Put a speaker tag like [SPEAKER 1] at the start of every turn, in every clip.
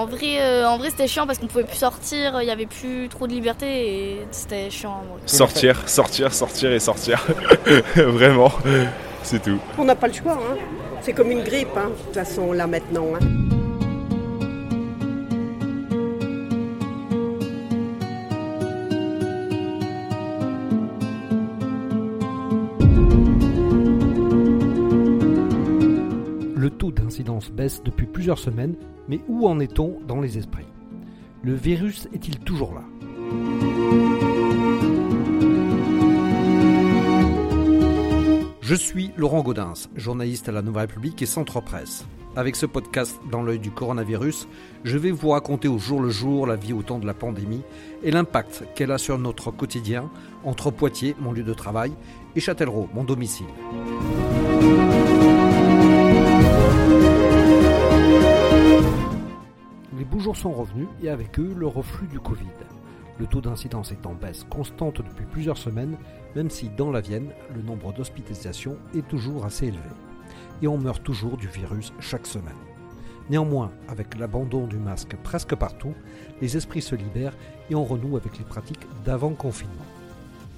[SPEAKER 1] En vrai, euh, en vrai c'était chiant parce qu'on pouvait plus sortir, il n'y avait plus trop de liberté et c'était chiant. ouais.
[SPEAKER 2] Sortir, sortir, sortir et sortir. Vraiment, c'est tout.
[SPEAKER 3] On n'a pas le choix, hein. c'est comme une grippe, hein, de toute façon, là maintenant. hein.
[SPEAKER 4] Le taux d'incidence baisse depuis plusieurs semaines, mais où en est-on dans les esprits Le virus est-il toujours là Je suis Laurent Gaudens, journaliste à la Nouvelle République et Centre Presse. Avec ce podcast dans l'œil du coronavirus, je vais vous raconter au jour le jour la vie au temps de la pandémie et l'impact qu'elle a sur notre quotidien entre Poitiers, mon lieu de travail, et Châtellerault, mon domicile. Les beaux jours sont revenus et avec eux le reflux du Covid. Le taux d'incidence est en baisse constante depuis plusieurs semaines, même si dans la Vienne, le nombre d'hospitalisations est toujours assez élevé. Et on meurt toujours du virus chaque semaine. Néanmoins, avec l'abandon du masque presque partout, les esprits se libèrent et on renoue avec les pratiques d'avant confinement.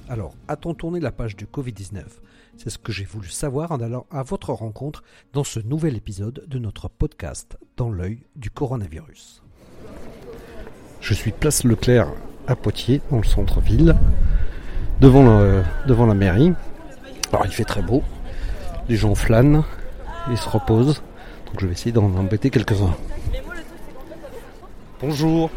[SPEAKER 4] Alors, a-t-on tourné la page du Covid-19 C'est ce que j'ai voulu savoir en allant à votre rencontre dans ce nouvel épisode de notre podcast Dans l'œil du coronavirus. Je suis place Leclerc à Poitiers, dans le centre-ville, devant, le- devant la mairie. Alors, il fait très beau, les gens flânent et se reposent, donc je vais essayer d'en embêter quelques-uns. Bonjour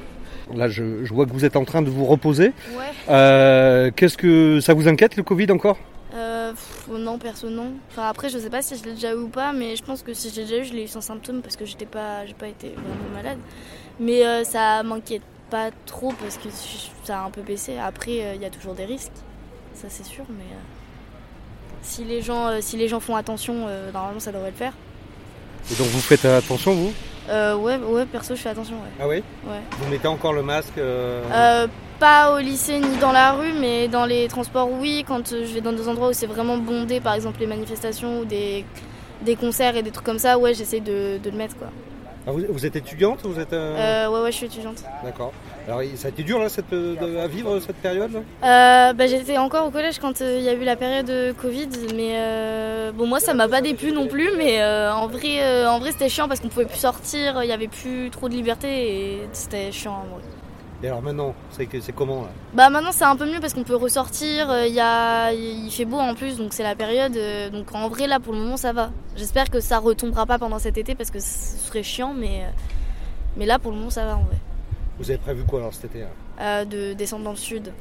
[SPEAKER 4] Là, je- je vois que vous êtes en train de vous reposer.
[SPEAKER 1] Ouais.
[SPEAKER 4] Euh, qu'est-ce que ça vous inquiète le Covid encore
[SPEAKER 1] Euh, pff, non, perso, non. Enfin, après, je sais pas si je l'ai déjà eu ou pas, mais je pense que si je l'ai déjà eu, je l'ai eu sans symptômes parce que j'étais pas, j'ai pas été vraiment malade. Mais euh, ça m'inquiète pas trop parce que je- ça a un peu baissé. Après, euh, il y a toujours des risques, ça c'est sûr, mais euh, si, les gens, euh, si les gens font attention, euh, normalement ça devrait le faire.
[SPEAKER 4] Et donc vous faites attention vous
[SPEAKER 1] Euh, ouais, ouais, perso, je fais attention, ouais.
[SPEAKER 4] Ah oui
[SPEAKER 1] ouais.
[SPEAKER 4] Vous mettez encore le masque euh,
[SPEAKER 1] Euh, pas au lycée ni dans la rue, mais dans les transports, oui. Quand euh, je vais dans des endroits où c'est vraiment bondé, par exemple les manifestations ou des, des concerts et des trucs comme ça, ouais, j'essaie de, de le mettre quoi.
[SPEAKER 4] ah, vous, vous êtes étudiante Vous êtes euh,
[SPEAKER 1] Euh, ouais, ouais, je suis étudiante.
[SPEAKER 4] D'accord. Alors il- ça a été dur là cette, euh, de- à vivre cette période là
[SPEAKER 1] Euh, bah, j'étais encore au collège quand euh, il y a eu la période euh, Covid, mais euh, bon, moi ça m'a pas déplu non plus, mais euh, en vrai, euh, en vrai c'était chiant parce qu'on pouvait plus sortir, il y avait plus trop de liberté et c'était chiant. ouais.
[SPEAKER 4] Et alors maintenant, c'est, que- c'est comment là
[SPEAKER 1] Bah maintenant c'est un peu mieux parce qu'on peut ressortir, euh, il y a... il fait beau en plus donc c'est la période. euh, donc en vrai là pour le moment ça va. J'espère que ça retombera pas pendant cet été parce que ce serait chiant mais, euh, mais là pour le moment ça va en vrai.
[SPEAKER 4] Vous avez prévu quoi alors cet été là
[SPEAKER 1] Euh, de descendre dans le sud,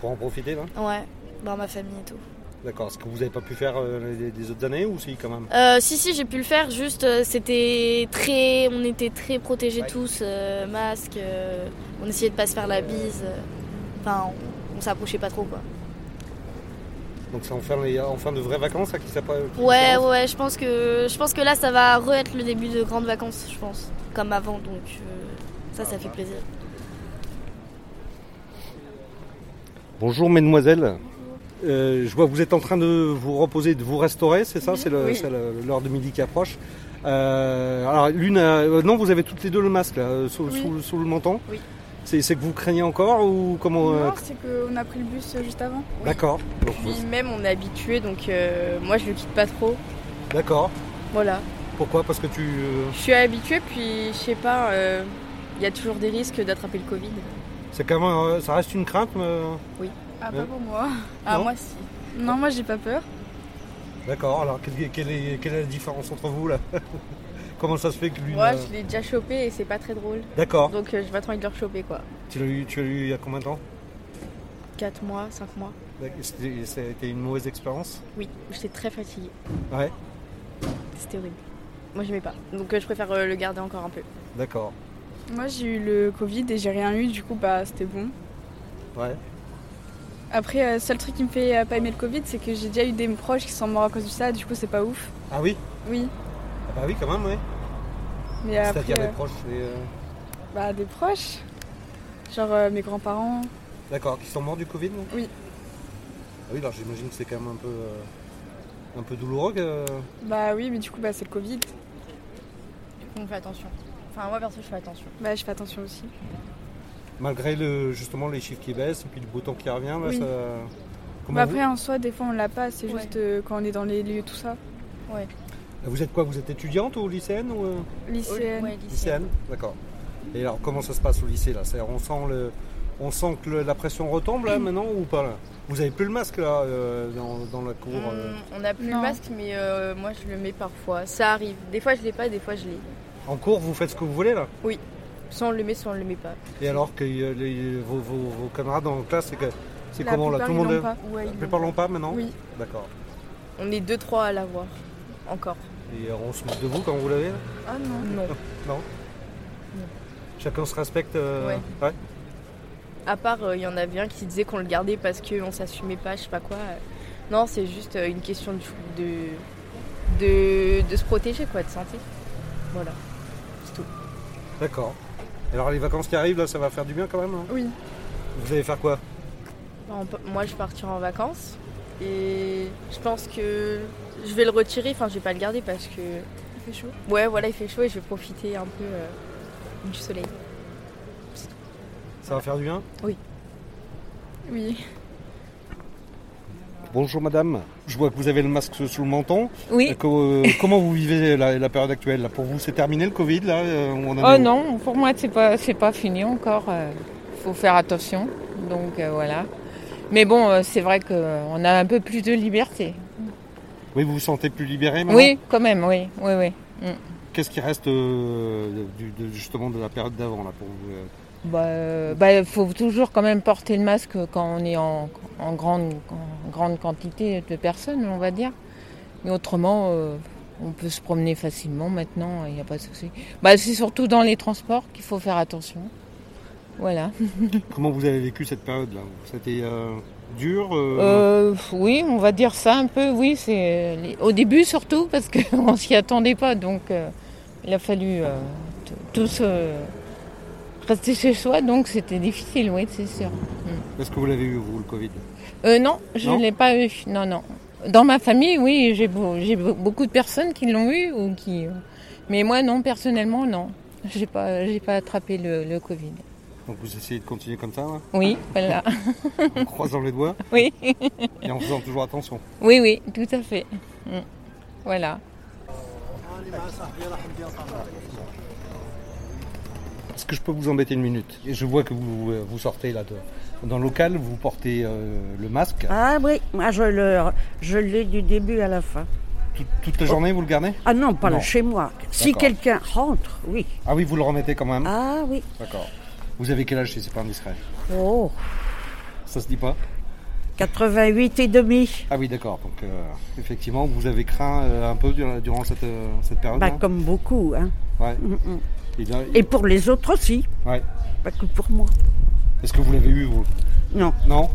[SPEAKER 4] Pour en profiter là
[SPEAKER 1] ouais, voir ma famille et tout.
[SPEAKER 4] D'accord. Ce que vous n'avez pas pu faire euh, les, les autres années ou si quand même
[SPEAKER 1] Euh, si si j'ai pu le faire juste euh, c'était très... On était très protégés
[SPEAKER 4] Ouais.
[SPEAKER 1] tous, euh, masque, euh, on essayait de pas se faire la bise, euh, enfin on, on s'approchait pas trop quoi.
[SPEAKER 4] Donc c'est en fin, les- en fin de vraies vacances là qui s'appelle
[SPEAKER 1] Euh. Ouais, ouais, je pense que je pense que là, ça va re-être le début de grandes vacances, je pense, comme avant, donc euh, ça, ça fait plaisir.
[SPEAKER 4] Bonjour mesdemoiselles. Euh, je vois que vous êtes en train de vous reposer, de vous restaurer, c'est ça C'est le-
[SPEAKER 3] Oui.
[SPEAKER 4] c'est le- l'heure de midi qui approche. Euh, alors l'une, a- euh, non, vous avez toutes les deux le masque là, euh, sous,
[SPEAKER 5] Oui.
[SPEAKER 4] sous- sous le menton.
[SPEAKER 5] Oui.
[SPEAKER 4] C'est c'est que vous craignez encore ou comment euh,
[SPEAKER 5] Non, c'est qu'on a pris le bus euh, juste avant.
[SPEAKER 4] D'accord. Donc,
[SPEAKER 6] Puis même on est habitué donc euh, moi je le quitte pas trop.
[SPEAKER 4] D'accord.
[SPEAKER 6] Voilà.
[SPEAKER 4] Pourquoi Parce que tu. euh,
[SPEAKER 6] Je suis habituée puis je sais pas, euh, il y a toujours des risques d'attraper le Covid.
[SPEAKER 4] C'est quand même, euh, ça reste une crainte. euh,
[SPEAKER 5] Ah,
[SPEAKER 4] Ouais.
[SPEAKER 5] pas pour moi. Ah,
[SPEAKER 4] Non
[SPEAKER 5] moi si. Non, moi j'ai pas peur.
[SPEAKER 4] D'accord. Alors quelle, quelle est, quelle est la différence entre vous là Comment ça se fait que l'une.
[SPEAKER 6] Moi
[SPEAKER 4] euh,
[SPEAKER 6] je l'ai déjà chopé et c'est pas très drôle.
[SPEAKER 4] D'accord.
[SPEAKER 6] Donc euh, j'ai pas trop envie de le rechoper quoi.
[SPEAKER 4] Tu l'as eu, tu l'as eu il y a combien de temps
[SPEAKER 6] 4 mois, 5 mois.
[SPEAKER 4] C'était c'était une mauvaise expérience.
[SPEAKER 6] Oui, j'étais très fatiguée.
[SPEAKER 4] Ouais.
[SPEAKER 6] C'était horrible. Moi j'aimais pas. Donc euh, je préfère euh, le garder encore un peu.
[SPEAKER 4] D'accord.
[SPEAKER 5] Moi j'ai eu le Covid et j'ai rien eu, du coup bah c'était bon.
[SPEAKER 4] Ouais.
[SPEAKER 5] Après, euh, seul truc qui me fait euh, pas aimer le Covid, c'est que j'ai déjà eu des proches qui sont morts à cause de ça, du coup c'est pas ouf.
[SPEAKER 4] Ah oui
[SPEAKER 5] Oui,
[SPEAKER 4] Ah bah oui, quand même, oui.
[SPEAKER 5] mais après,
[SPEAKER 4] C'est-à-dire
[SPEAKER 5] euh,
[SPEAKER 4] les proches, les, euh,
[SPEAKER 5] bah des proches. Genre euh, mes grands-parents.
[SPEAKER 4] d'accord, qui sont morts du Covid non
[SPEAKER 5] Oui.
[SPEAKER 4] Ah oui, alors j'imagine que c'est quand même un peu, euh, un peu douloureux. que-
[SPEAKER 5] Bah oui, mais du coup bah c'est le Covid.
[SPEAKER 6] On fait attention. Enfin, moi, perso, je fais attention.
[SPEAKER 5] Bah, je fais attention aussi.
[SPEAKER 7] Malgré le, justement les chiffres qui baissent et puis le beau temps qui revient, là,
[SPEAKER 5] Oui.
[SPEAKER 7] ça... Comment
[SPEAKER 5] Bah,
[SPEAKER 7] vous-
[SPEAKER 5] après, en soi, des fois, on l'a pas. C'est
[SPEAKER 6] Ouais.
[SPEAKER 5] juste euh, quand on est dans les lieux, tout ça.
[SPEAKER 7] vous... êtes quoi Vous êtes étudiante ou lycéenne ou, euh,
[SPEAKER 5] Lycéenne.
[SPEAKER 6] Ouais, lycée.
[SPEAKER 7] Lycéenne, d'accord. Et alors comment ça se passe au lycée là C'est-à-dire, on sent, le... on sent que le- la pression retombe là maintenant ou pas là Vous avez plus le masque là euh, dans, dans la cour euh,
[SPEAKER 6] On- On n'a plus
[SPEAKER 5] Non.
[SPEAKER 6] le masque, mais euh, moi, je le mets parfois. Ça arrive. Des fois, je l'ai pas, des fois, je l'ai.
[SPEAKER 7] En cours, vous faites ce que vous voulez là
[SPEAKER 6] Soit on le met, soit on le met pas.
[SPEAKER 7] Et alors que euh, les- vos, vos- vos camarades en classe, c'est, que- c'est
[SPEAKER 5] La
[SPEAKER 7] comment là
[SPEAKER 5] plupart,
[SPEAKER 7] Tout le
[SPEAKER 5] ils
[SPEAKER 7] monde
[SPEAKER 5] l'ont pas.
[SPEAKER 6] Ouais,
[SPEAKER 7] La
[SPEAKER 6] ils
[SPEAKER 7] plupart
[SPEAKER 6] l'ont.
[SPEAKER 7] l'ont pas maintenant
[SPEAKER 6] Oui.
[SPEAKER 7] D'accord.
[SPEAKER 6] On est deux, trois à l'avoir. Encore.
[SPEAKER 7] Et euh, on se moque de vous quand vous l'avez là
[SPEAKER 5] Ah non.
[SPEAKER 6] Non.
[SPEAKER 7] Chacun se respecte euh,
[SPEAKER 6] Ouais.
[SPEAKER 7] ouais
[SPEAKER 6] À part, euh, il y en avait un qui disait qu'on le gardait parce qu'on s'assumait pas, je sais pas quoi. Euh, Non, c'est juste euh, une question de, de, de, de se protéger, quoi, de santé. Voilà.
[SPEAKER 7] D'accord. Alors les vacances qui arrivent là, ça va faire du bien quand même hein
[SPEAKER 5] Oui.
[SPEAKER 7] Vous allez faire quoi
[SPEAKER 6] Non, p- Moi, je partirai en vacances et je pense que je vais le retirer. Enfin, je vais pas le garder parce que.
[SPEAKER 5] Il fait chaud.
[SPEAKER 6] Ouais, voilà, il fait chaud et je vais profiter un peu euh, du soleil.
[SPEAKER 7] Ça va faire du bien
[SPEAKER 5] Oui.
[SPEAKER 7] Bonjour madame, je vois que vous avez le masque sous le menton.
[SPEAKER 8] Oui.
[SPEAKER 7] Et que, euh, comment vous vivez la, la période actuelle là Pour vous, c'est terminé le Covid là euh, on en est
[SPEAKER 8] Oh
[SPEAKER 7] où
[SPEAKER 8] non, pour moi, c'est pas, c'est pas fini encore. Il faut faire attention. Donc euh, voilà. Mais bon, euh, c'est vrai qu'on a un peu plus de liberté.
[SPEAKER 7] Oui, vous vous sentez plus libéré maintenant
[SPEAKER 8] Oui, quand même, oui, oui, oui. Mm.
[SPEAKER 7] Qu'est-ce qui reste euh, du- de- justement de la période d'avant là pour vous euh
[SPEAKER 8] Bah, euh, bah, faut toujours quand même porter le masque quand on est en, en grande, en grande quantité de personnes, on va dire. Mais autrement, euh, on peut se promener facilement maintenant, il n'y a pas de souci. Bah, c'est surtout dans les transports qu'il faut faire attention. Voilà.
[SPEAKER 7] Comment vous avez vécu cette période là C'était euh, dur euh,
[SPEAKER 8] Euh, oui, on va dire ça un peu. Oui, c'est les- au début surtout parce qu'on s'y attendait pas, donc euh, il a fallu euh, t- tous euh, rester chez soi, donc c'était difficile. Oui, c'est sûr. Mm.
[SPEAKER 7] Est-ce que vous l'avez eu vous le Covid
[SPEAKER 8] Euh, non, je
[SPEAKER 7] Non
[SPEAKER 8] ne l'ai pas eu. Non, non. Dans ma famille, oui, j'ai beau- j'ai be- beaucoup de personnes qui l'ont eu ou qui. euh, Mais moi, non, personnellement, non. J'ai pas, j'ai pas attrapé le, le Covid.
[SPEAKER 7] Donc vous essayez de continuer comme ça là,
[SPEAKER 8] Oui, voilà.
[SPEAKER 7] en croisant les doigts
[SPEAKER 8] Oui,
[SPEAKER 7] et en faisant toujours attention.
[SPEAKER 8] oui, oui, tout à fait. Mm. Voilà.
[SPEAKER 7] Est-ce que je peux vous embêter une minute Je vois que vous, euh, vous sortez là de- dans le local, vous portez euh, le masque.
[SPEAKER 9] Ah oui, moi je le, je l'ai du début à la fin.
[SPEAKER 7] Tout- toute la journée, vous le gardez
[SPEAKER 9] Ah non, pas
[SPEAKER 7] Non.
[SPEAKER 9] là chez moi. Si
[SPEAKER 7] D'accord.
[SPEAKER 9] quelqu'un rentre, oui.
[SPEAKER 7] Ah oui, vous le remettez quand même
[SPEAKER 9] Ah oui.
[SPEAKER 7] D'accord. Vous avez quel âge si c'est pas indiscret
[SPEAKER 9] Oh,
[SPEAKER 7] Ça se dit pas
[SPEAKER 9] 88 et demi.
[SPEAKER 7] Ah oui, d'accord. Donc, euh, effectivement, vous avez craint euh, un peu durant, durant cette, euh, cette période
[SPEAKER 9] Bah, comme beaucoup. Hein.
[SPEAKER 7] Et là,
[SPEAKER 9] Et pour les autres aussi.
[SPEAKER 7] Ouais.
[SPEAKER 9] Pas que pour moi.
[SPEAKER 7] Est-ce que vous l'avez eu, vous
[SPEAKER 9] Non.
[SPEAKER 7] Non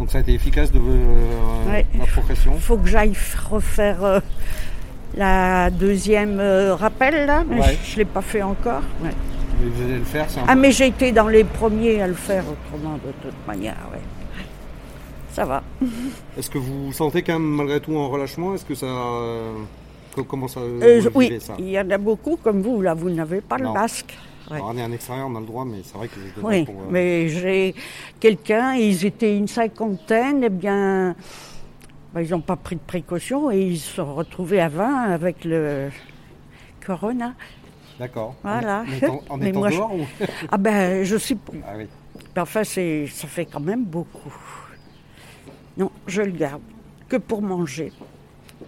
[SPEAKER 7] Donc, ça a été efficace de euh,
[SPEAKER 9] Ouais.
[SPEAKER 7] la progression
[SPEAKER 9] Faut que j'aille f- refaire euh, la deuxième euh, rappel là. Mais
[SPEAKER 7] Ouais.
[SPEAKER 9] je- Je ne l'ai pas fait encore. ouais.
[SPEAKER 7] Mais Vous allez le faire, c'est un
[SPEAKER 9] Ah
[SPEAKER 7] peu-
[SPEAKER 9] mais j'ai été dans les premiers à le faire autrement de toute manière. Ouais. Ça va.
[SPEAKER 7] Est-ce que vous sentez quand même, malgré tout, en relâchement Est-ce que ça... euh, co- Comment ça... vous
[SPEAKER 9] Euh,
[SPEAKER 7] le
[SPEAKER 9] oui,
[SPEAKER 7] vivez, ça
[SPEAKER 9] il y en a beaucoup comme vous là. Vous n'avez pas
[SPEAKER 7] Non.
[SPEAKER 9] le masque. ouais.
[SPEAKER 7] Alors, on est en extérieur, on a le droit, mais c'est vrai que... je devrais
[SPEAKER 9] Oui,
[SPEAKER 7] pour, euh,
[SPEAKER 9] mais j'ai quelqu'un, ils étaient une cinquantaine, eh bien, ben, ils n'ont pas pris de précautions et ils se sont retrouvés à 20 avec le corona.
[SPEAKER 7] D'accord.
[SPEAKER 9] Voilà.
[SPEAKER 7] En, étant- en
[SPEAKER 9] Mais
[SPEAKER 7] étant
[SPEAKER 9] moi, je-
[SPEAKER 7] dehors ou...
[SPEAKER 9] Ah ben, je sais pas.
[SPEAKER 7] Ah oui.
[SPEAKER 9] Mais Enfin, c'est, ça fait quand même beaucoup. Non, je le garde. Que pour manger.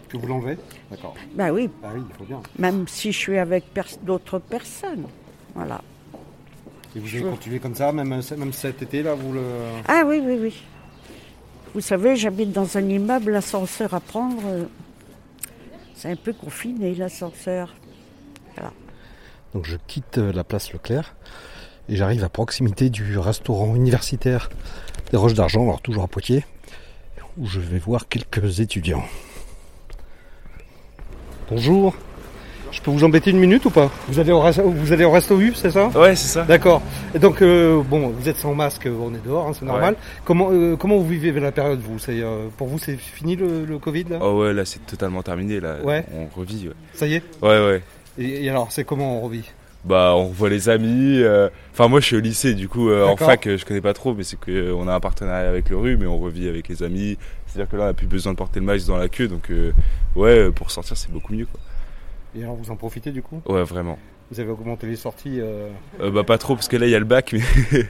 [SPEAKER 7] Que vous l'enlevez D'accord.
[SPEAKER 9] Ben oui,
[SPEAKER 7] Ah oui, il faut bien.
[SPEAKER 9] même si je suis avec pers- d'autres personnes. Voilà.
[SPEAKER 7] Et vous allez continuer comme ça, même, même cet été, là, vous le...
[SPEAKER 9] Ah oui, oui, oui. Vous savez, j'habite dans un immeuble, l'ascenseur à prendre, euh, c'est un peu confiné l'ascenseur.
[SPEAKER 4] Donc je quitte euh, la place Leclerc et j'arrive à proximité du restaurant universitaire des Roches d'Argent, alors toujours à Poitiers, où je vais voir quelques étudiants.
[SPEAKER 7] Bonjour. Je peux vous embêter une minute ou pas Vous allez au, ras- vous allez au resto U, c'est ça
[SPEAKER 2] Ouais, c'est ça.
[SPEAKER 7] D'accord. Et donc, euh, bon, vous êtes sans masque, on est dehors, hein, c'est normal. Comment, euh, comment vous vivez la période, vous C'est, euh, Pour vous, c'est fini le, le Covid, là
[SPEAKER 2] Oh ouais, là c'est totalement terminé, là
[SPEAKER 7] Ouais.
[SPEAKER 2] on revit. Ouais,
[SPEAKER 7] Ça y est
[SPEAKER 2] ouais. ouais.
[SPEAKER 7] et, et alors, c'est comment on revit
[SPEAKER 2] bah on revoit les amis. euh, Enfin moi je suis au lycée du coup euh, en
[SPEAKER 7] D'accord.
[SPEAKER 2] fac euh, je connais pas trop mais c'est que euh, on a un partenariat avec le rue mais on revit avec les amis. C'est-à-dire que là on a plus besoin de porter le masque dans la queue donc euh, ouais euh, pour sortir c'est beaucoup mieux quoi.
[SPEAKER 7] Et alors vous en profitez du coup
[SPEAKER 2] Ouais vraiment.
[SPEAKER 7] Vous avez augmenté les sorties euh,
[SPEAKER 2] Euh, bah pas trop parce que là il y a le bac mais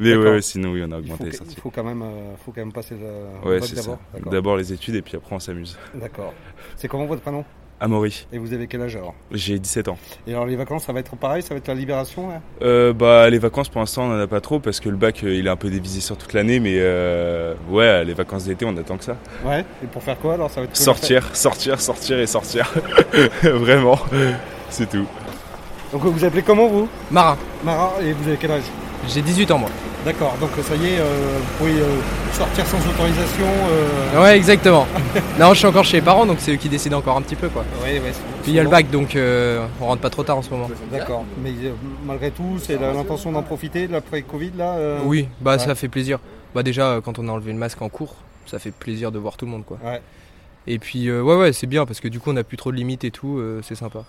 [SPEAKER 2] mais ouais,
[SPEAKER 7] D'accord.
[SPEAKER 2] ouais, sinon oui on a
[SPEAKER 7] il, faut,
[SPEAKER 2] augmenté les
[SPEAKER 7] que-
[SPEAKER 2] sorties.
[SPEAKER 7] il faut quand même, euh, faut quand même passer le le
[SPEAKER 2] Ouais
[SPEAKER 7] bac
[SPEAKER 2] c'est ça.
[SPEAKER 7] d'abord. D'accord.
[SPEAKER 2] D'abord les études et puis après on s'amuse.
[SPEAKER 7] D'accord. C'est comment votre prénom
[SPEAKER 2] Amaury,
[SPEAKER 7] Et vous avez quel âge alors
[SPEAKER 2] j'ai 17 ans.
[SPEAKER 7] Et alors les vacances, ça va être pareil Ça va être la libération là
[SPEAKER 2] Euh, bah les vacances pour l'instant on en a pas trop parce que le bac euh, il est un peu dévisé sur toute l'année mais euh, ouais les vacances d'été on attend que ça.
[SPEAKER 7] Ouais. Et pour faire quoi alors Ça va être que la
[SPEAKER 2] Sortir, sortir, sortir et sortir. Vraiment, c'est tout.
[SPEAKER 7] fête. Donc vous vous appelez comment vous
[SPEAKER 10] Marin,
[SPEAKER 7] Mara. Et vous avez quel âge
[SPEAKER 10] j'ai 18 ans moi.
[SPEAKER 7] D'accord. Donc ça y est, euh, vous pouvez euh, sortir sans autorisation. euh,
[SPEAKER 10] Ouais, exactement. non, je suis encore chez les parents, donc c'est eux qui décident encore un petit peu quoi.
[SPEAKER 7] Ouais, ouais.
[SPEAKER 10] Puis il y a le bac, donc euh, on rentre pas trop tard en ce moment.
[SPEAKER 7] D'accord. Mais euh, malgré tout, c'est la- l'intention d'en profiter de l'après-Covid là euh,
[SPEAKER 10] Oui, bah
[SPEAKER 7] Ouais.
[SPEAKER 10] ça fait plaisir. Bah déjà, euh, quand on a enlevé le masque en cours, ça fait plaisir de voir tout le monde quoi.
[SPEAKER 7] Ouais.
[SPEAKER 10] Et puis euh, ouais, ouais, c'est bien parce que du coup on a plus trop de limites et tout, euh, c'est sympa.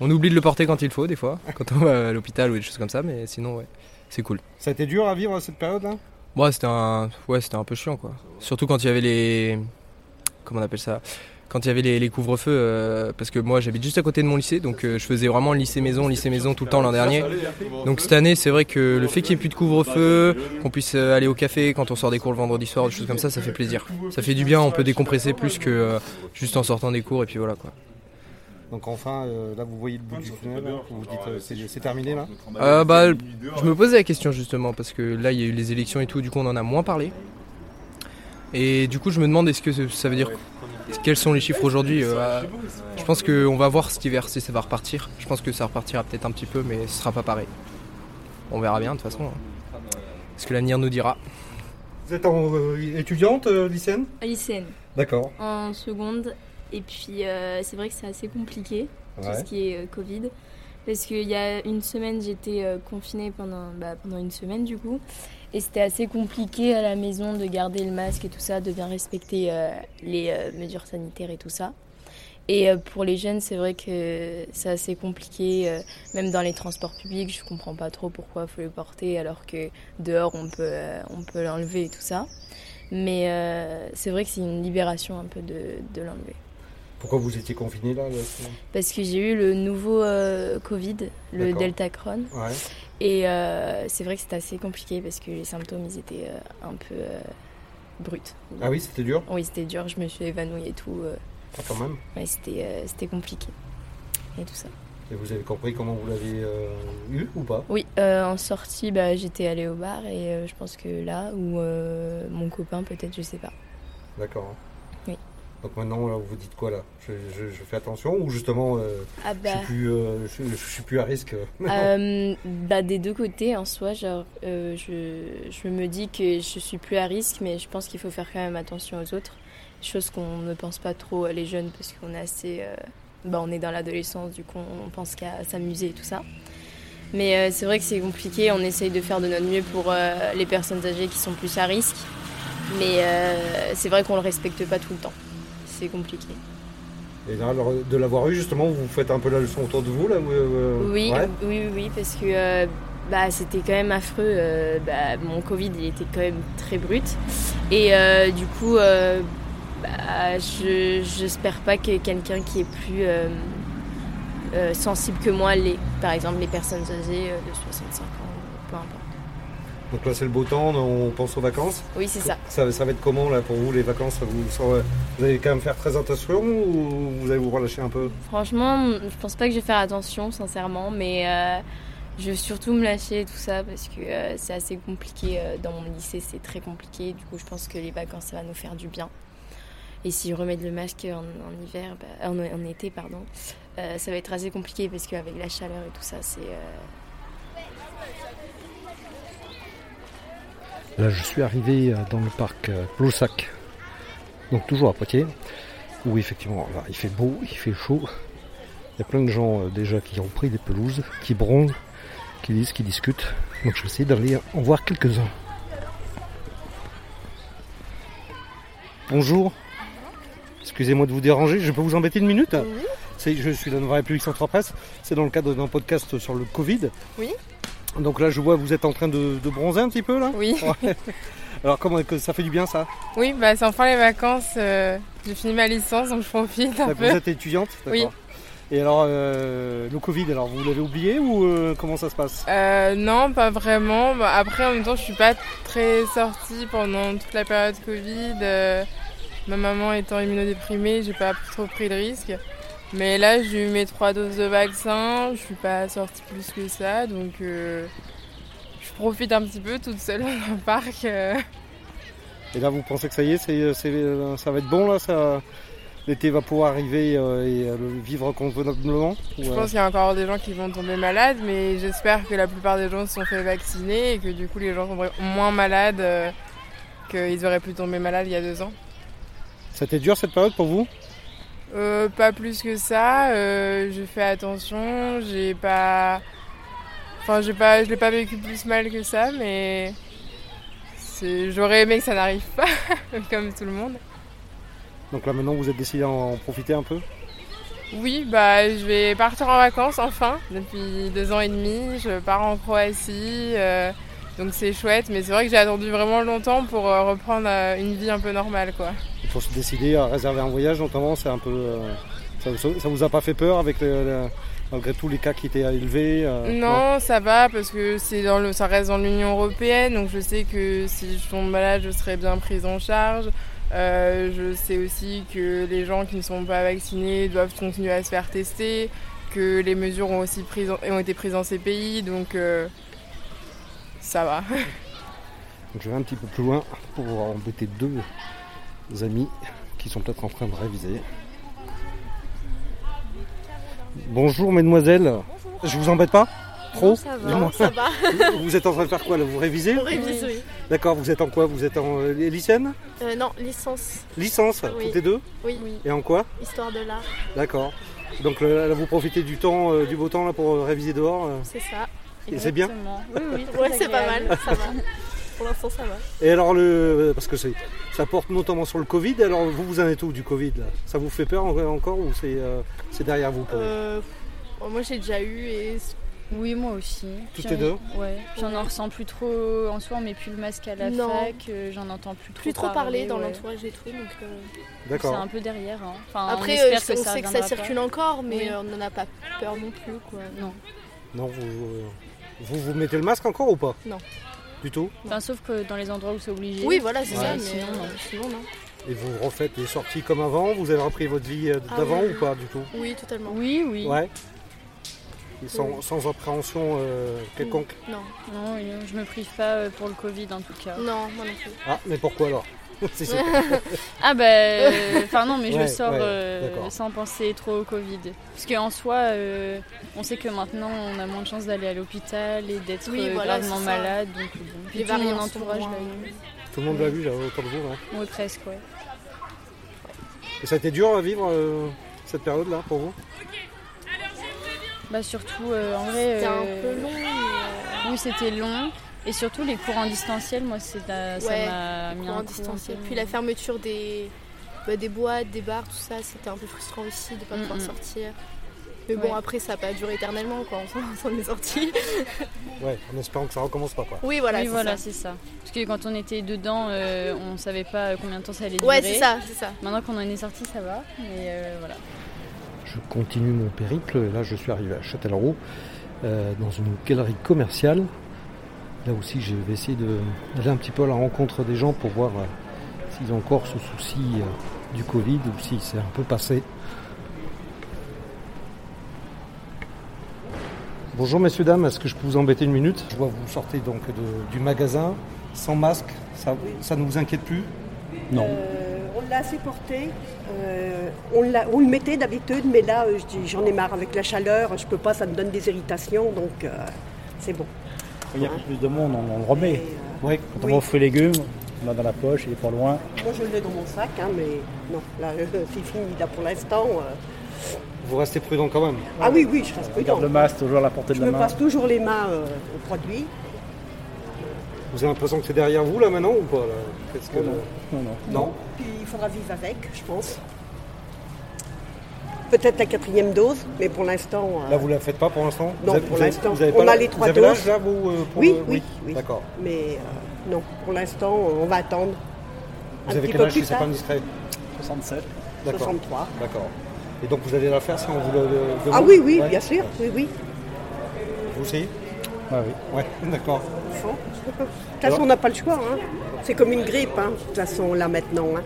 [SPEAKER 10] On oublie de le porter quand il faut, des fois, quand on va à l'hôpital ou des choses comme ça, mais sinon ouais, c'est cool.
[SPEAKER 7] Ça a été dur à vivre cette période là
[SPEAKER 10] Moi, c'était un... Ouais, c'était un peu chiant, quoi. Surtout quand il y avait les... Comment on appelle ça Quand il y avait les, les couvre-feux, euh, parce que moi, j'habite juste à côté de mon lycée, donc euh, je faisais vraiment lycée-maison, lycée-maison tout le temps l'an dernier. Donc cette année, c'est vrai que le fait qu'il n'y ait plus de couvre-feu, qu'on puisse euh, aller au café quand on sort des cours le vendredi soir, des choses comme ça, ça fait plaisir. Ça fait du bien, on peut décompresser plus que euh, juste en sortant des cours, et puis voilà, quoi.
[SPEAKER 7] Donc enfin, euh, là vous voyez le bout du tunnel, là, vous vous dites euh, c'est c'est terminé là
[SPEAKER 10] Euh, bah, je me posais la question justement parce que là il y a eu les élections et tout, du coup on en a moins parlé. Et du coup je me demande est-ce que ce- ça veut dire quels sont les chiffres aujourd'hui euh, Je pense qu'on va voir cet hiver si ça va repartir. Je pense que ça repartira peut-être un petit peu, mais ce sera pas pareil. On verra bien de toute façon. hein. Ce que l'avenir nous dira.
[SPEAKER 7] Vous êtes en, euh, étudiante, euh, lycéenne
[SPEAKER 11] lycéenne
[SPEAKER 7] D'accord.
[SPEAKER 11] en seconde. Et puis, euh, c'est vrai que c'est assez compliqué, tout
[SPEAKER 7] Ouais.
[SPEAKER 11] ce qui est euh, Covid. Parce qu'il y a une semaine, j'étais euh, confinée pendant, bah, pendant une semaine, du coup. Et c'était assez compliqué à la maison de garder le masque et tout ça, de bien respecter euh, les euh, mesures sanitaires et tout ça. Et euh, pour les jeunes, c'est vrai que c'est assez compliqué. euh, même dans les transports publics, je comprends pas trop pourquoi il faut le porter alors que dehors, on peut, euh, on peut l'enlever et tout ça. Mais euh, c'est vrai que c'est une libération un peu de, de l'enlever.
[SPEAKER 7] Pourquoi vous étiez confinée là le-
[SPEAKER 11] Parce que j'ai eu le nouveau euh, Covid, le
[SPEAKER 7] D'accord.
[SPEAKER 11] Delta Crohn.
[SPEAKER 7] Ouais.
[SPEAKER 11] Et euh, c'est vrai que c'était assez compliqué parce que les symptômes, ils étaient euh, un peu euh, bruts.
[SPEAKER 7] Ah oui, c'était dur,
[SPEAKER 11] Oui, c'était dur, je me suis évanouie et tout. euh,
[SPEAKER 7] ah, quand même.
[SPEAKER 11] ouais, c'était euh, c'était compliqué. Et tout ça.
[SPEAKER 7] Et vous avez compris comment vous l'avez euh, eu ou pas
[SPEAKER 11] Oui, euh, en sortie, bah, j'étais allée au bar et euh, je pense que là, ou euh, mon copain, peut-être, je sais pas.
[SPEAKER 7] D'accord.
[SPEAKER 11] Oui.
[SPEAKER 7] Donc maintenant, là, vous vous dites quoi là je, je- je fais attention ou justement euh,
[SPEAKER 11] Ah
[SPEAKER 7] je, suis plus, euh, je, je suis plus à risque euh,
[SPEAKER 11] Euh, bah, des deux côtés en soi, genre, euh, je, je me dis que je suis plus à risque, mais je pense qu'il faut faire quand même attention aux autres. Chose qu'on ne pense pas trop euh, les jeunes parce qu'on est assez, euh, bah, on est dans l'adolescence, du coup on pense qu'à s'amuser et tout ça. Mais euh, c'est vrai que c'est compliqué. On essaye de faire de notre mieux pour euh, les personnes âgées qui sont plus à risque, mais euh, c'est vrai qu'on le respecte pas tout le temps. C'est compliqué.
[SPEAKER 7] Et là, alors, de l'avoir eu, justement, vous faites un peu la leçon autour de vous, là ou, euh,
[SPEAKER 11] Oui,
[SPEAKER 7] ouais
[SPEAKER 11] oui, oui, oui, parce que euh, bah, c'était quand même affreux. euh, bah, mon Covid, il était quand même très brut. Et euh, du coup, euh, bah, je j'espère pas que quelqu'un qui est plus euh, euh, sensible que moi l'est. Par exemple, les personnes âgées euh, de 65 ans, peu importe.
[SPEAKER 7] Donc là, c'est le beau temps, on pense aux vacances.
[SPEAKER 11] Oui, c'est ça.
[SPEAKER 7] Ça, ça va être comment, là, pour vous, les vacances vous, ça va- vous allez quand même faire très attention ou vous allez vous relâcher un peu
[SPEAKER 11] Franchement, je pense pas que je vais faire attention, sincèrement, mais euh, je vais surtout me lâcher et tout ça parce que euh, c'est assez compliqué. euh, dans mon lycée, c'est très compliqué. Du coup, je pense que les vacances, ça va nous faire du bien. Et si je remets le masque en, en hiver, bah, en, en été, pardon, euh, ça va être assez compliqué parce qu'avec la chaleur et tout ça, c'est. euh,
[SPEAKER 4] Là, je suis arrivé euh, dans le parc euh, Ploussac, donc toujours à Poitiers, où effectivement, là, il fait beau, il fait chaud. Il y a plein de gens euh, déjà qui ont pris des pelouses, qui bronzent, qui lisent, qui discutent. Donc, je vais essayer d'aller en voir quelques-uns.
[SPEAKER 7] Bonjour. Excusez-moi de vous déranger, je peux vous embêter une minute C'est, je suis la Nouvelle République Centre-Presse. C'est dans le cadre d'un podcast sur le Covid.
[SPEAKER 12] Oui.
[SPEAKER 7] Donc là, je vois, vous êtes en train de, de bronzer un petit peu là
[SPEAKER 12] Oui.
[SPEAKER 7] Ouais. Alors, comment que ça fait du bien ça
[SPEAKER 13] Oui, bah, c'est enfin les vacances. euh, J'ai fini ma licence, donc je profite un
[SPEAKER 7] Ah, Vous
[SPEAKER 13] peu.
[SPEAKER 7] êtes étudiante D'accord.
[SPEAKER 13] Oui.
[SPEAKER 7] Et alors, euh, le Covid, alors vous l'avez oublié ou euh, comment ça se passe
[SPEAKER 13] Euh, non, pas vraiment. Bah, après, en même temps, je suis pas très sortie pendant toute la période Covid. Euh, ma maman étant immunodéprimée, j'ai pas trop pris de risques. Mais là, j'ai eu mes trois doses de vaccin. Je suis pas sortie plus que ça, donc euh, je profite un petit peu toute seule dans le parc. euh.
[SPEAKER 7] Et là, vous pensez que ça y est, c'est, c'est- euh, ça va être bon là ça... L'été va pouvoir arriver euh, et euh, le vivre convenablement ou,
[SPEAKER 13] Je
[SPEAKER 7] euh,
[SPEAKER 13] pense qu'il y a encore des gens qui vont tomber malades, mais j'espère que la plupart des gens se sont fait vacciner et que du coup les gens sont moins malades euh, qu'ils auraient pu tomber malades il y a deux ans.
[SPEAKER 7] C'était dur cette période pour vous
[SPEAKER 13] Euh, pas plus que ça, euh, j'ai fait attention, j'ai pas. Enfin, j'ai pas, je l'ai pas vécu plus mal que ça, mais. c'est- J'aurais aimé que ça n'arrive pas, comme tout le monde.
[SPEAKER 7] Donc là maintenant vous êtes décidé à en profiter un peu
[SPEAKER 13] Oui, bah, je vais partir en vacances enfin. Depuis deux ans et demi, je pars en Croatie. euh, donc c'est chouette, mais c'est vrai que j'ai attendu vraiment longtemps pour euh, reprendre euh, une vie un peu normale. quoi.
[SPEAKER 7] Il faut se décider à réserver un voyage notamment, c'est un peu... euh, ça, ça- ça vous a pas fait peur avec le- le- malgré tous les cas qui étaient élevés euh,
[SPEAKER 13] non, ça va parce que c'est dans le, ça reste dans l'Union Européenne, donc je sais que si je tombe malade, je serai bien prise en charge. Euh, je sais aussi que les gens qui ne sont pas vaccinés doivent continuer à se faire tester, que les mesures ont aussi pris en- ont été prises dans ces pays, donc euh, ça va.
[SPEAKER 7] Donc je vais un petit peu plus loin pour embêter deux amis qui sont peut-être en train de réviser. Bonjour mesdemoiselles. Je vous embête pas
[SPEAKER 4] Non,
[SPEAKER 7] Trop
[SPEAKER 4] ça va.
[SPEAKER 7] Dis-moi.
[SPEAKER 4] Non, ça va.
[SPEAKER 7] vous êtes en train de faire quoi là Vous révisez
[SPEAKER 4] On révise, oui.
[SPEAKER 7] D'accord, vous êtes en quoi Vous êtes en euh, lycéenne
[SPEAKER 4] Euh, non, licence.
[SPEAKER 7] Licence,
[SPEAKER 4] Oui.
[SPEAKER 7] toutes les deux
[SPEAKER 4] Oui.
[SPEAKER 7] Et en quoi
[SPEAKER 4] Histoire de l'art,
[SPEAKER 7] D'accord. Donc là, là, vous profitez du temps, euh, du beau temps là pour euh, réviser dehors euh.
[SPEAKER 4] c'est ça.
[SPEAKER 7] Et c'est bien
[SPEAKER 4] Exactement. Oui, oui.
[SPEAKER 14] très
[SPEAKER 4] ouais, c'est pas
[SPEAKER 14] agréable.
[SPEAKER 4] mal, ça va. Pour l'instant, ça va.
[SPEAKER 7] Et alors le parce que c'est ça porte notamment sur le Covid. Alors vous vous en êtes où du Covid là Ça vous fait peur en- encore ou c'est euh, c'est derrière vous pour vous
[SPEAKER 14] Euh,
[SPEAKER 6] Oh,
[SPEAKER 14] moi j'ai déjà eu et. Oui, moi aussi.
[SPEAKER 7] Toutes
[SPEAKER 14] Puis
[SPEAKER 7] les
[SPEAKER 14] on-
[SPEAKER 7] deux
[SPEAKER 14] Ouais. J'en
[SPEAKER 6] Ouais.
[SPEAKER 14] en ressens plus trop en soi, on met plus le masque à la
[SPEAKER 6] Non.
[SPEAKER 14] fac, euh, j'en entends plus trop
[SPEAKER 6] Plus trop parler dans
[SPEAKER 14] ouais.
[SPEAKER 6] l'entourage et tout, donc. euh,
[SPEAKER 7] D'accord.
[SPEAKER 14] C'est un peu derrière. hein. Enfin,
[SPEAKER 6] Après,
[SPEAKER 14] on, espère
[SPEAKER 6] euh,
[SPEAKER 14] que
[SPEAKER 6] on
[SPEAKER 14] ça
[SPEAKER 6] sait que ça
[SPEAKER 14] reviendra
[SPEAKER 6] circule
[SPEAKER 14] pas.
[SPEAKER 6] encore, mais
[SPEAKER 14] Oui.
[SPEAKER 6] euh, on n'en a pas peur non plus, quoi. Non.
[SPEAKER 7] Non, vous, vous vous vous mettez le masque encore ou pas
[SPEAKER 6] Non.
[SPEAKER 7] Du tout
[SPEAKER 14] Enfin, sauf que dans les endroits où c'est obligé.
[SPEAKER 6] Oui, voilà, c'est
[SPEAKER 7] Ouais.
[SPEAKER 6] ça, mais
[SPEAKER 14] Sinon,
[SPEAKER 6] euh,
[SPEAKER 14] non.
[SPEAKER 6] sinon, non.
[SPEAKER 7] Et vous refaites les sorties comme avant Vous avez repris votre vie euh,
[SPEAKER 6] Ah
[SPEAKER 7] d'avant
[SPEAKER 6] oui.
[SPEAKER 7] ou pas du tout
[SPEAKER 6] Oui, totalement.
[SPEAKER 14] Oui, oui.
[SPEAKER 7] Ouais. Et sans,
[SPEAKER 14] Oui.
[SPEAKER 7] sans appréhension euh, quelconque.
[SPEAKER 14] Non. Non, et, euh, je me prive pas euh, pour le Covid en tout cas.
[SPEAKER 6] Non, moi non plus.
[SPEAKER 7] Ah, mais pourquoi alors Si, si.
[SPEAKER 14] ah ben, bah, enfin non, mais
[SPEAKER 7] Ouais,
[SPEAKER 14] je sors
[SPEAKER 7] ouais,
[SPEAKER 14] euh,
[SPEAKER 7] d'accord.
[SPEAKER 14] sans penser trop au Covid. Parce qu'en soi, euh, on sait que maintenant, on a moins de chances d'aller à l'hôpital et d'être
[SPEAKER 6] Oui,
[SPEAKER 14] euh,
[SPEAKER 6] voilà,
[SPEAKER 14] gravement
[SPEAKER 6] c'est ça.
[SPEAKER 14] malade. Donc, bon.
[SPEAKER 6] Les
[SPEAKER 14] Puis tout mon
[SPEAKER 6] variants sont
[SPEAKER 14] entourage
[SPEAKER 6] moins-
[SPEAKER 14] l'a
[SPEAKER 7] Tout le monde l'a vu là, autour de vous. hein.
[SPEAKER 14] eu. Ouais, presque, ouais.
[SPEAKER 7] Et ça a été dur à vivre euh, cette période là pour vous
[SPEAKER 14] Bah surtout, euh, en vrai...
[SPEAKER 6] C'était un
[SPEAKER 14] euh,
[SPEAKER 6] peu long, mais, euh,
[SPEAKER 14] Oui, c'était long. Et surtout, les cours en distanciel, moi, c'est, euh, ça
[SPEAKER 6] Ouais,
[SPEAKER 14] m'a mis
[SPEAKER 6] cours
[SPEAKER 14] un
[SPEAKER 6] en
[SPEAKER 14] coup,
[SPEAKER 6] distanciel.
[SPEAKER 14] un peu.
[SPEAKER 6] Puis la fermeture des, bah, des boîtes, des bars, tout ça, c'était un peu frustrant aussi de ne pas
[SPEAKER 14] Mm,
[SPEAKER 6] pouvoir
[SPEAKER 14] mm.
[SPEAKER 6] sortir. Mais bon,
[SPEAKER 14] Ouais.
[SPEAKER 6] après, ça n'a pas duré éternellement, quoi. On s'en- On s'en est sorti.
[SPEAKER 7] Ouais, en espérant que ça recommence pas quoi.
[SPEAKER 6] Oui, voilà,
[SPEAKER 14] Oui,
[SPEAKER 6] c'est
[SPEAKER 14] voilà,
[SPEAKER 6] ça.
[SPEAKER 14] c'est ça. Parce que quand on était dedans, euh, on savait pas combien de temps ça allait durer.
[SPEAKER 6] Ouais, c'est ça, c'est ça.
[SPEAKER 14] Maintenant qu'on en est sorti, ça va. Mais euh, voilà.
[SPEAKER 7] Je continue mon périple et là je suis arrivé à Châtellerault euh, dans une galerie commerciale. Là aussi je vais essayer de- d'aller un petit peu à la rencontre des gens pour voir euh, s'ils ont encore ce souci euh, du Covid ou si c'est un peu passé. Bonjour messieurs, dames, est-ce que je peux vous embêter une minute Je vois que vous sortez donc de- du magasin sans masque, ça, ça ne vous inquiète plus Non.
[SPEAKER 3] Euh, on l'a assez porté. euh, on, l'a- on le mettait d'habitude, mais là, euh, je dis, j'en ai marre avec la chaleur. Je peux pas, ça me donne des irritations, donc euh, c'est bon.
[SPEAKER 15] Il y a plus de monde, on, on le remet.
[SPEAKER 7] Oui.
[SPEAKER 15] Quand on va aux fruits et légumes, on l'a dans la poche, il est pas loin.
[SPEAKER 3] Moi, je l'ai dans mon sac, hein, mais non, là, euh, c'est fini. Là, pour l'instant. euh,
[SPEAKER 7] Vous restez prudent quand même
[SPEAKER 3] Ah oui, oui, je reste
[SPEAKER 15] On
[SPEAKER 3] prudent.
[SPEAKER 15] garde le masque toujours à la portée de
[SPEAKER 3] Je
[SPEAKER 15] la
[SPEAKER 3] me
[SPEAKER 15] main.
[SPEAKER 3] passe toujours les mains euh, au produit.
[SPEAKER 7] Vous avez l'impression que c'est derrière vous là maintenant ou pas là Qu'est-ce que-
[SPEAKER 15] Oh non, non, non.
[SPEAKER 7] Non
[SPEAKER 3] Puis il faudra vivre avec, je pense. Peut-être la quatrième dose, mais pour l'instant. euh,
[SPEAKER 4] Là, vous ne la faites pas pour l'instant
[SPEAKER 3] Non,
[SPEAKER 4] Vous avez-
[SPEAKER 3] pour
[SPEAKER 4] vous avez-
[SPEAKER 3] l'instant.
[SPEAKER 4] vous avez
[SPEAKER 3] On
[SPEAKER 4] pas
[SPEAKER 3] a
[SPEAKER 4] la-
[SPEAKER 3] les trois
[SPEAKER 4] vous avez
[SPEAKER 3] doses.
[SPEAKER 4] l'âge, là, vous, euh, pour
[SPEAKER 3] oui,
[SPEAKER 4] le-
[SPEAKER 3] oui, oui.
[SPEAKER 4] D'accord.
[SPEAKER 3] Mais euh, non, pour l'instant, on va attendre. un
[SPEAKER 4] Vous avez
[SPEAKER 3] petit
[SPEAKER 4] quel
[SPEAKER 3] peu
[SPEAKER 4] âge si
[SPEAKER 3] plus
[SPEAKER 4] c'est pas
[SPEAKER 3] tard.
[SPEAKER 4] indiscret
[SPEAKER 16] 67.
[SPEAKER 4] D'accord.
[SPEAKER 3] 63.
[SPEAKER 4] D'accord. Et donc vous allez la faire si on vous le le demande
[SPEAKER 3] Ah oui, oui,
[SPEAKER 4] Ouais.
[SPEAKER 3] bien sûr, oui, oui.
[SPEAKER 4] Vous aussi Ah oui. Ouais, d'accord.
[SPEAKER 3] Bon. De toute façon, on n'a pas le choix. hein. C'est comme une grippe, hein, de toute façon, là maintenant. hein.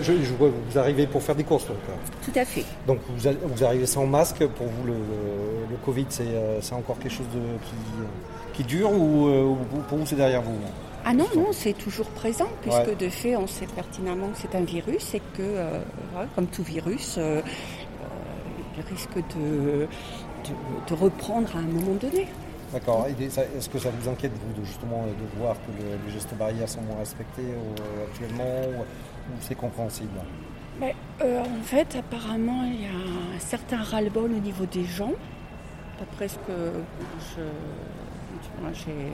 [SPEAKER 4] Je, je vois que vous arrivez pour faire des courses. Donc, euh.
[SPEAKER 3] Tout à fait.
[SPEAKER 4] donc vous, allez- vous arrivez sans masque. Pour vous, le, le Covid, c'est euh, c'est encore quelque chose de, qui, euh, qui dure ou euh, ou pour vous, c'est derrière vous
[SPEAKER 17] Ah non, non, c'est toujours présent, puisque
[SPEAKER 4] Ouais.
[SPEAKER 17] de fait, on sait pertinemment que c'est un virus et que, euh, voilà, comme tout virus, euh, euh, il risque de, de- de reprendre à un moment donné.
[SPEAKER 4] D'accord. Et ça- Est-ce que ça vous inquiète, vous, de, justement, de voir que le- les gestes barrières sont moins respectés euh, actuellement ou, ou c'est compréhensible
[SPEAKER 17] Mais, euh, en fait, apparemment, il y a un certain ras-le-bol au niveau des gens. D'après ce que je- tu vois, j'ai-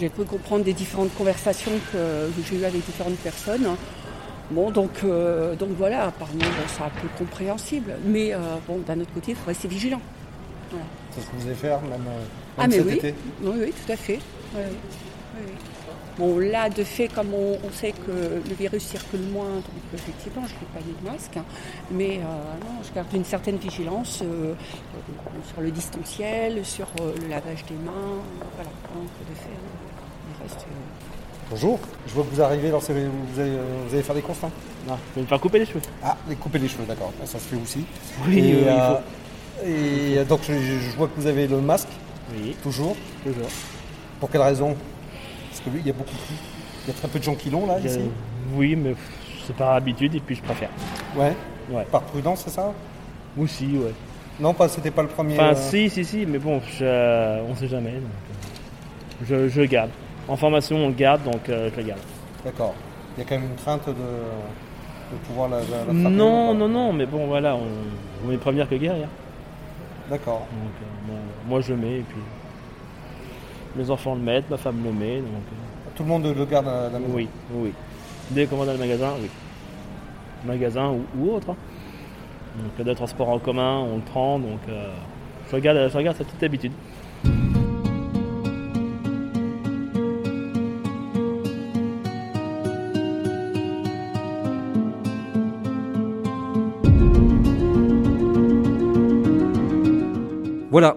[SPEAKER 17] j'ai pu comprendre des différentes conversations que j'ai eues avec différentes personnes. Bon, donc, euh, donc voilà, apparemment, bon, c'est un peu compréhensible. Mais euh, bon, d'un autre côté, il faut rester vigilant. Voilà.
[SPEAKER 4] C'est ce que vous allez faire, même, euh, même
[SPEAKER 17] Ah mais
[SPEAKER 4] cet
[SPEAKER 17] oui,
[SPEAKER 4] été
[SPEAKER 17] oui, oui, tout à fait. Oui, oui. Oui, oui. Bon, là, de fait, comme on, on sait que le virus circule moins, donc effectivement, je n'ai pas mis de masque, hein. mais euh, non, je garde une certaine vigilance euh, euh, sur le distanciel, sur euh, le lavage des mains, euh, voilà, donc de fait, euh, il reste... euh,
[SPEAKER 4] Bonjour, je vois que vous arrivez, alors c'est- vous, allez, euh, vous allez faire des courses là Non, je vais me faire couper les cheveux. Ah, les couper les cheveux, d'accord, Ah, ça se fait aussi. euh,
[SPEAKER 16] Oui, oui, il
[SPEAKER 4] et euh, donc je, je vois que vous avez le masque, oui. toujours. Toujours. Pour quelle raison Parce que lui, il y a beaucoup de... Il y a très peu de gens qui l'ont là,
[SPEAKER 16] Je-
[SPEAKER 4] ici
[SPEAKER 16] Oui, mais c'est par habitude et puis je préfère.
[SPEAKER 4] Ouais. Par prudence, c'est ça
[SPEAKER 16] Aussi, ouais.
[SPEAKER 4] Non, pas, c'était pas le premier.
[SPEAKER 16] Enfin,
[SPEAKER 4] euh,
[SPEAKER 16] si, si, si, mais bon, je- euh, on sait jamais. donc, euh, je, je le garde. En formation, on le garde, donc euh, je le garde.
[SPEAKER 4] D'accord. Il y a quand même une crainte de, de pouvoir la, la, la frapper, ou
[SPEAKER 16] Non,
[SPEAKER 4] pas
[SPEAKER 16] non, non, mais bon, voilà, on, on est prévenir que guerre.
[SPEAKER 4] D'accord.
[SPEAKER 16] Donc, euh, moi, moi, je le mets, et puis mes enfants le mettent, ma femme le met. Donc, euh.
[SPEAKER 4] Tout le monde le garde à la maison
[SPEAKER 16] Oui, oui. Dès qu'on va dans le magasin, oui. Magasin ou, ou autre. hein. Donc, le transport en commun, on le prend, donc euh, je, regarde, je regarde cette petite habitude.
[SPEAKER 4] Voilà,